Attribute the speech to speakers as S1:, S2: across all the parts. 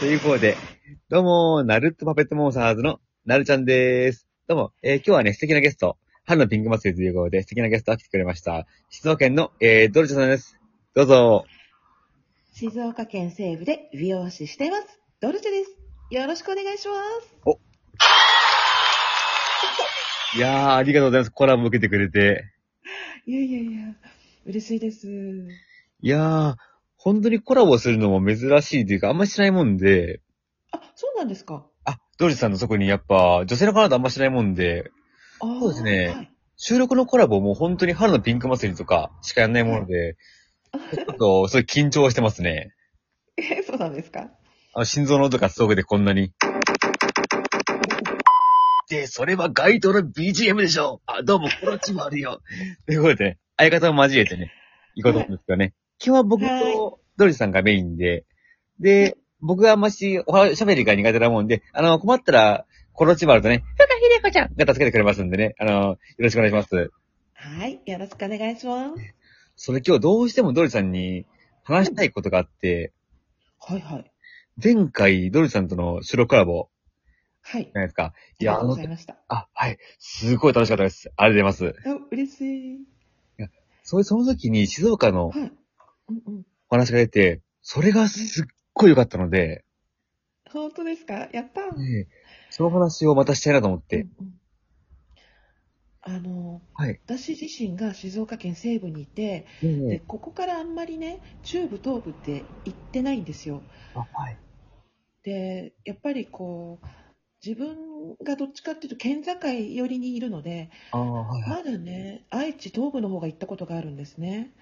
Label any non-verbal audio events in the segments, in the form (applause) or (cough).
S1: ということで、どうも、ナルトパペットモンスターズのなるちゃんでーす。どうも、えー今日はね、素敵なゲスト、春のピンク祭りということで、素敵なゲストが来てくれました。静岡県の、えー、ドルチェさんです。どうぞ。
S2: 静岡県西部で美容師しています。ドルチェです。よろしくお願いします。
S1: いやー、ありがとうございます。コラボ受けてくれて。
S2: いやいやいや、嬉しいです。
S1: いやー、本当にコラボするのも珍しいというか、あんまりしないもんで、
S2: あ、そうなんですか。
S1: あ、ドルチェさんのそこにやっぱ、女性の方とあんましないもんで、
S2: あー
S1: そうですね
S2: はい
S1: 収録のコラボも本当に春のピンク祭りとかしかやんないもので、ちょっと、それ緊張してますね。
S2: え、そうなんですか
S1: あの、心臓の音がすごくてこんなに。で、それは街頭の BGM でしょあ、どうも、このチもあるよ。ということで、ね、相方を交えてね、行こうと思うんですけどね。今日は僕
S2: は
S1: とドリさんがメインで、で、僕があんまし、おは、喋りが苦手なもんで、あの、困ったら、コロチマルとね、深ひでこちゃんが助けてくれますんでね、あの、よろしくお願いします。
S2: はい、よろしくお願いします。
S1: それ今日どうしてもドリさんに話したいことがあって、
S2: はいはい。
S1: 前回ドリさんとの収録コラボ、
S2: はい。
S1: じゃないですか。い
S2: ありが
S1: や、あ
S2: とう
S1: の
S2: ござい、ました。
S1: あ、はい。すごい楽しかったです。ありがとうございます。
S2: あ嬉しい。
S1: それ、その時に静岡の
S2: はい。うんうん。
S1: お話が出て、それがすっごい良かったので、
S2: 本当ですかやったー。
S1: ええその話をまたしたいなと思っ
S2: うんう
S1: て。
S2: んあの、
S1: はい
S2: 私自身が静岡県西部にいて、で
S1: え
S2: ここからあんまりね中部東部って行ってないんですよ
S1: あはい。
S2: でやっぱりこう自分がどっちかっていうと県境寄りにいるので
S1: あはいは
S2: まだね愛知東部の方が行ったことがあるんですね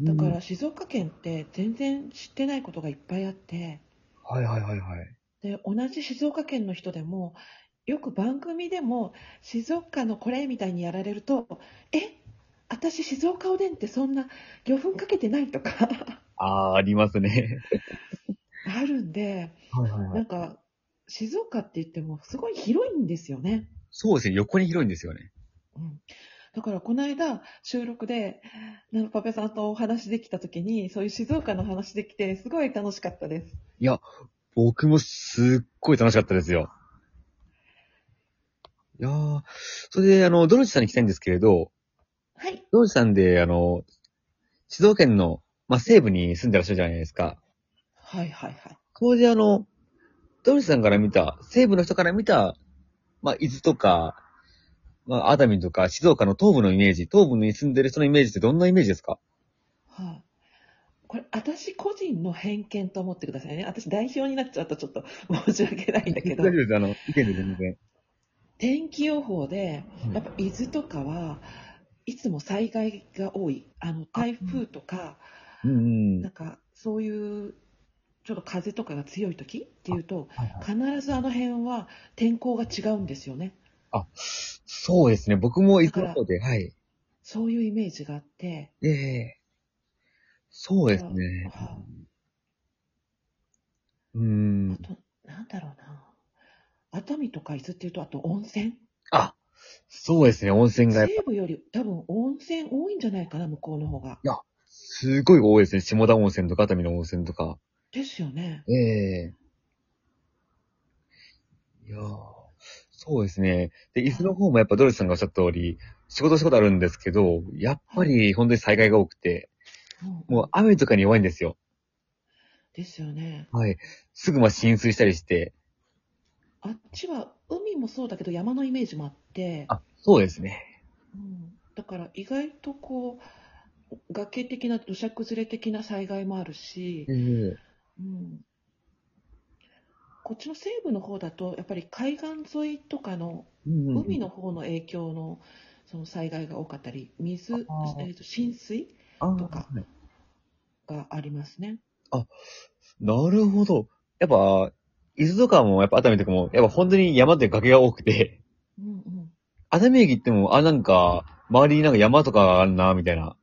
S1: い。
S2: だか
S1: うん
S2: ら静岡県って全然知ってないことがいっぱいあって
S1: はいはいはいはい。
S2: で同じ静岡県の人でもよく番組でも静岡のこれみたいにやられるとえ私静岡おでんってそんな魚粉かけてないとか (laughs)
S1: ああ、ありますね。
S2: あるんで
S1: はいはいは。
S2: ないんか、静岡って言ってもすごい広いんですよね。
S1: そうですね。横に広いんですよね。
S2: うん。だから、この間、収録で、ナノパペさんとお話できた時に、そういう静岡の話できて、すごい楽しかったです。
S1: 僕もすっごい楽しかったですよ。いやー、それで、あの、ドルチさんに来たいんですけれど、
S2: はい。
S1: ドルチさんで、あの、静岡県の、まあ、西部に住んでらっしゃるじゃないですか。
S2: はいはいはい。
S1: 当時あの、ドミさんから見た、西部の人から見た、まあ、伊豆とか、まあ、熱海とか、静岡の東部のイメージ、東部に住んでる人のイメージってどんなイメージですか
S2: はい、これ、私個人の偏見と思ってくださいね。私代表になっちゃうとちょっと申し訳ないんだけど
S1: 大丈、夫です。あの、意見で全然。
S2: 天気予報で、
S1: うん
S2: やっぱ伊豆とかは、いつも災害が多い。あの、台風とか、
S1: うんうん。
S2: なんかそういうちょっと風とかが強い時っていうと
S1: はいはい
S2: 必ずあの辺は天候が違うんですよね
S1: そうですね。僕も伊豆の方で、はい。
S2: そういうイメージがあって
S1: ええそうですね。
S2: あ
S1: うん。
S2: あとなんだろうな熱海とか伊豆っていうとあと温泉
S1: あ、そうですね。温泉がやっぱ、
S2: 西部より多分温泉多いんじゃないかな向こうの方が
S1: すごい多いですね。下田温泉とか、熱海の温泉とか。
S2: ですよね
S1: ええいやーそうですね。で、伊豆の方もやっぱドルチさんがおっしゃった通り、仕事したことあるんですけど、やっぱり本当に災害が多くて、
S2: うん
S1: もう雨とかに弱いんですよ。
S2: ですよね
S1: はい。すぐまあ浸水したりして。
S2: あっちは海もそうだけど山のイメージもあって
S1: あ、そうですね。
S2: うんだから意外とこう崖的な土砂崩れ的な災害もあるし、
S1: え
S2: うん、こっちの西部の方だとやっぱり海岸沿いとかの
S1: うん
S2: 海の方の影響のその災害が多かったり水、え
S1: ー
S2: ーと浸水
S1: と
S2: とかがありますね。
S1: なるほど。やっぱ、伊豆とかもやっぱ熱海とかも、やっぱ本当に山で崖が多くて、
S2: うんうん、
S1: 熱海駅行っても、あ、なんか、周りになんか山とかあるな、みたいな。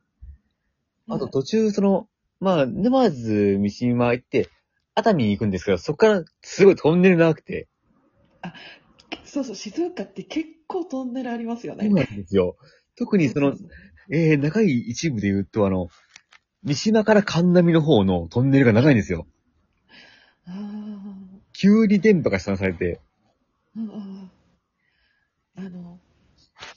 S1: あと
S2: ね
S1: 途中、その、まあ、沼津、三島行って、熱海に行くんですけど、そこからすごいトンネル長くて。
S2: そうそう静岡って結構トンネルありますよ
S1: そ
S2: ね。
S1: うなんですよ。特にその、えー、長い一部で言うと、あの、三島から神波の方のトンネルが長いんですよ。
S2: あ
S1: 急に電波が遮断されて、
S2: うんうんあの、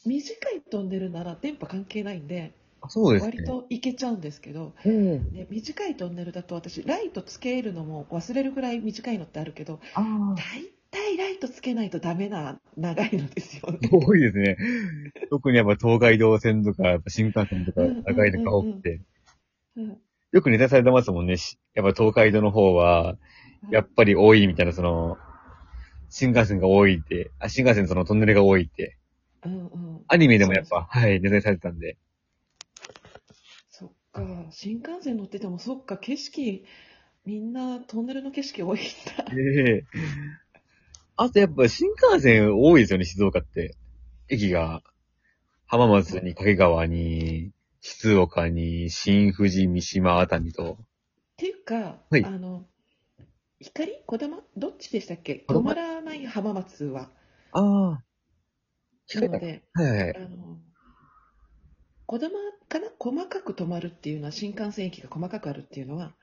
S2: 短いトンネルなら電波関係ないんで、
S1: あ、そうです
S2: 割
S1: ね。
S2: と行けちゃうんですけど、
S1: うん。
S2: ね、短いトンネルだと私、ライトつけるのも忘れるぐらい短いのってあるけど、
S1: あ
S2: 大体ライトつけないとダメな長いのですよね。
S1: 多いですね。特にやっぱ東海道線とか、やっぱ新幹線とか、長いのが多くて。
S2: うん
S1: よくネタされてますもんね。しやっぱ東海道の方は、やっぱり多いみたいな、その、新幹線が多いって、あ、新幹線のそのトンネルが多いって、
S2: うんうん、
S1: アニメでもやっぱ、はい、ネタにされてたんで。
S2: そっか、新幹線乗ってても、そっか、景色、みんなトンネルの景色多いんだ。
S1: ええあとやっぱ新幹線多いですよね、静岡って。駅が、浜松に掛川に、静岡に、新富士、三島、熱海と。
S2: っていうか、
S1: はい
S2: あの、光小玉どっちでしたっけ
S1: 小
S2: 止
S1: 玉
S2: まらない浜松は。
S1: ああ。
S2: な
S1: 光
S2: の
S1: か
S2: で、
S1: はいはい。
S2: あの、小玉かな細かく止まるっていうのは、新幹線駅が細かくあるっていうのは、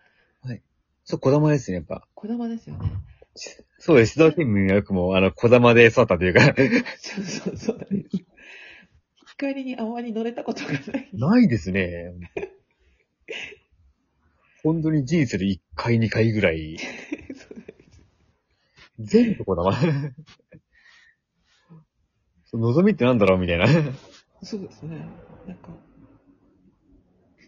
S1: そう、小玉ですね、やっぱ。
S2: 小玉ですよね。
S1: そうです。静岡県民はよくもう、あの、小玉で育ったというか、
S2: そうそう、そうなんです。光にあまり乗れたことがない。
S1: ないですね。本当に人生で1回、2回ぐらい。
S2: そう
S1: 全部こだわる。そう望みってなんだろうみたいな。
S2: そうですね。なんか、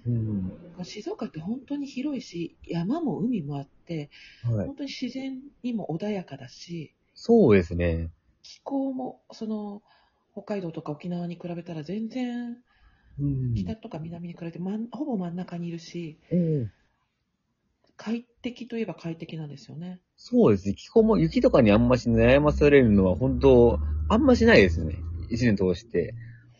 S1: うん。
S2: 静岡って本当に広いし、山も海もあって、
S1: はい。
S2: 本当に自然にも穏やかだし、
S1: そうですね。
S2: 気候も、その、北海道とか沖縄に比べたら全然、
S1: うん
S2: 北とか南に比べて、まん、ほぼ真ん中にいるし、
S1: うん
S2: 快適といえば快適なんですよね。
S1: そうですね。気候も雪とかにあんまし悩まされるのは本当、あんましないですね。一年通して。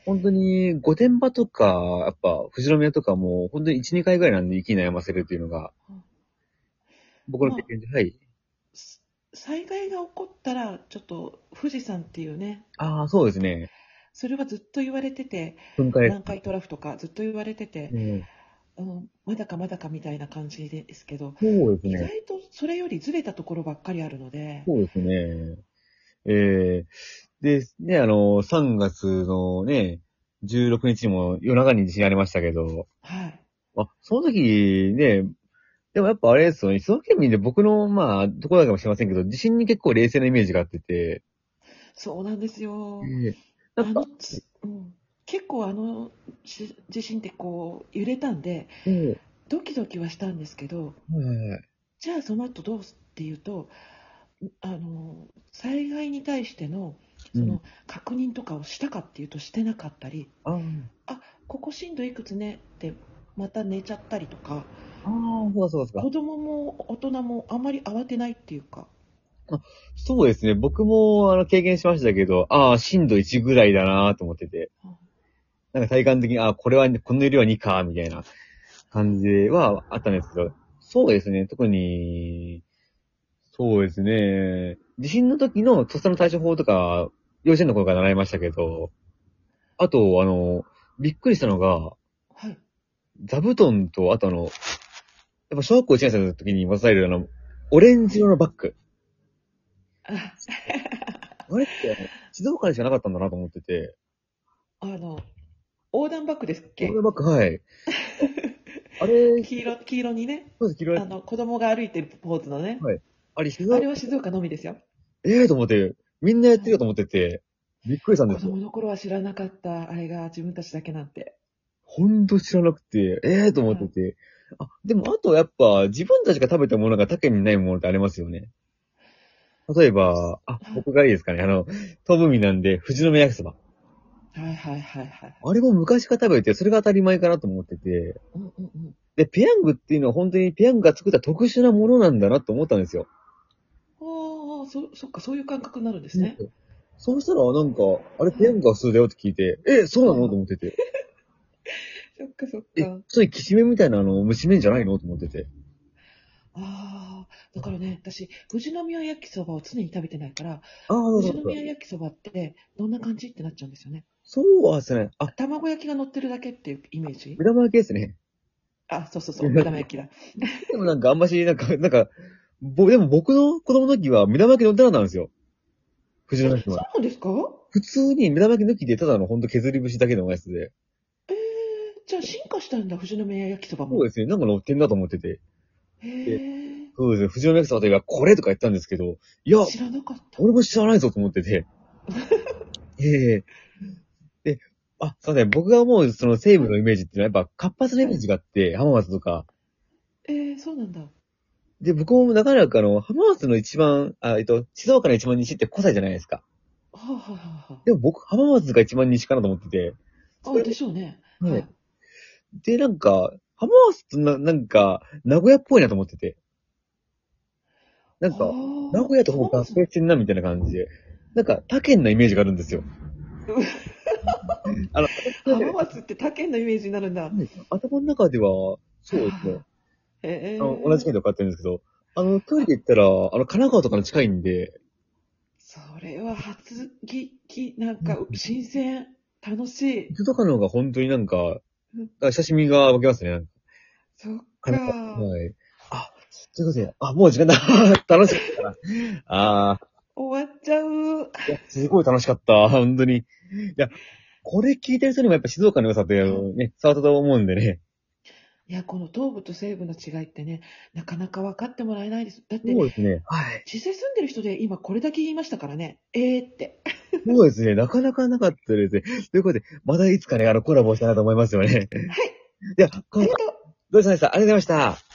S1: 本当に、御殿場とか、やっぱ、富士宮とかも、本当に1、2回ぐらいなんで雪に悩ませるっていうのが
S2: うん、
S1: 僕の経験で、はい。
S2: す災害が起こったら、ちょっと富士山っていうね、
S1: ああ、そうですね。
S2: それはずっと言われてて、
S1: 噴火です
S2: 南海トラフとかずっと言われてて、
S1: ね。
S2: うん、まだかまだかみたいな感じですけど、
S1: そうです
S2: 意
S1: ね。
S2: 外とそれよりずれたところばっかりあるので、
S1: そうですね。ええで、ね、あの、3月のね、16日にも夜中に地震ありましたけど、
S2: はい。
S1: あ、その時ね、でもやっぱあれですよね、その県民で僕の、まあ、ところかもしれませんけど、地震に結構冷静なイメージがあってて、
S2: そうなんですよ。
S1: な
S2: あ
S1: んか
S2: の、つうん、結構あのし地震ってこう揺れたんで、
S1: え
S2: ドキドキはしたんですけど、
S1: えはい
S2: じゃあその後どうすっていうと、あの災害に対してのそ
S1: うん
S2: の確認とかをしたかっていうとしてなかったり、
S1: ああ、
S2: ここ震度いくつねってまた寝ちゃったりとか、
S1: ああ、そうかそうかそうか
S2: 子。供も大人もあまり慌てないっていうか、
S1: そうですね、僕も、あの、経験しましたけど、ああ、震度1ぐらいだなと思ってて
S2: うん、
S1: なんか体感的に、ああ、これは、この量は2か、みたいな感じはあったんですけど、そうですね、特に、そうですね、地震の時のとっさの対処法とか、幼稚園の頃から習いましたけど、あと、あの、びっくりしたのが、
S2: はい、
S1: 座布団と、あとあの、やっぱ小学校1年生の時に渡えるあの、オレンジ色のバッグ。
S2: あ
S1: あれって、あの静岡にしかなかったんだなと思ってて。
S2: あの横断バッグですっ
S1: こ
S2: け
S1: ればっか、
S2: (laughs)
S1: はい。あれ、
S2: 黄色黄色にね
S1: そうです、黄色い
S2: あの子供が歩いてるポーズのね、
S1: あれ、静
S2: あ
S1: 岡
S2: れ、は静岡のみですよ
S1: ええと思って、みんなやってるよと思ってて、びっくりしたん
S2: 子
S1: ですよ
S2: 供。の頃は知らなかったあれが自分たちだけなんて
S1: ほんと知らなくて、ええと思ってて。あ、でも、あとやっぱ、自分たちが食べたものが他県にないものってありますよね。例えば、あ、僕がいいですかね。あの、東部民なんで、富士宮焼きそば。
S2: はいはいはいはい
S1: あれも昔から食べて、それが当たり前かなと思ってて。
S2: うんうんうん
S1: で、ペヤングっていうのは本当にペヤングが作った特殊なものなんだなと思ったんですよ。
S2: ああそそっかそういう感覚になるんですね、
S1: そうしたら、なんか、あれ、ペヤングが普通だよって聞いて、え、そうなのと思ってて。
S2: そっかそっ
S1: え
S2: か、
S1: そういうきしめんみたいなあの、蒸し麺じゃないのと思ってて。
S2: ああだからね私富士宮焼きそばを常に食べてないから
S1: ああ、そう
S2: 富
S1: そ
S2: 士
S1: うそう
S2: 宮。焼きそばってどんな感じってなっちゃうんですよね
S1: そうですね。あ、
S2: 卵焼きが乗ってるだけっていうイメージ
S1: 目玉焼きですね。 (laughs)
S2: あ、そうそうそう、目玉焼きだ。
S1: でもなんか、あんまし、なんか、なんか、ぼ、でも僕の子供の時は目玉焼きのただなんですよ。藤の時
S2: そう
S1: は。
S2: なんですか
S1: 普通に目玉焼き抜きでただのほんと削り節だけのおやつで。
S2: えー、じゃあ進化したんだ、富士宮焼きそば
S1: そう
S2: も。
S1: ですね。なんか乗ってんだと思ってて。
S2: へえ
S1: そうですね。藤の焼きそばといえばこれとか言ったんですけど、いや
S2: ー、、知らなかった。
S1: 俺も知らないぞと思ってて。ええで、あ、そうね、僕が思うその西部のイメージっていうのはやっぱ活発なイメージがあって、浜松とか。
S2: えー、そうなんだ。
S1: で、僕もなかなかあの、浜松の一番、あ、えっと、静岡の一番西って古西じゃないですか。
S2: はあ、はあはあは
S1: でも僕、浜松が一番西かなと思ってて。
S2: あ、あ、でしょうね。
S1: はい
S2: はい。
S1: で、なんか、浜松とな、なんか、名古屋っぽいなと思ってて。なん
S2: あ
S1: か、
S2: ー
S1: 名古屋とほぼ合併してんな、みたいな感じで。なんか、他県なイメージがあるん
S2: (laughs)
S1: ですよ。あの、
S2: 浜松って他県のイメージになるんだ。
S1: 頭の中では、そうですね。
S2: え
S1: あ
S2: ー、
S1: の、同じ県で買ってるんですけど、あの、距離で言ったら、あの、神奈川とかの近いんで、
S2: それは初聞き、なんか、新鮮、楽しい。
S1: 伊豆とかの方が本当になんか
S2: うん、
S1: あ親しみが湧きますね。なんか
S2: そっ
S1: 神
S2: か。
S1: 奈川。はい。あ、ということで、あ、もう時間だ。楽しか (laughs) った。あ
S2: 終わっちゃう。
S1: ーいやすごい楽しかった。本当に。いや、これ聞いてる人にもやっぱ静岡の良さって、あのね、伝わったと思うんでね。
S2: いや、この東部と西部の違いってね、なかなか分かってもらえないです。だって、
S1: そうですね。はい。
S2: 実際住んでる人で今これだけ言いましたからね。えーって。
S1: そうですね。なかなかなかったですね。ということで、またいつかね、あの、コラボしたいなと思いますよね。はい。では、
S2: あ
S1: 今
S2: り
S1: 度
S2: が
S1: は
S2: とう。
S1: どうしたんですかありがとうございました。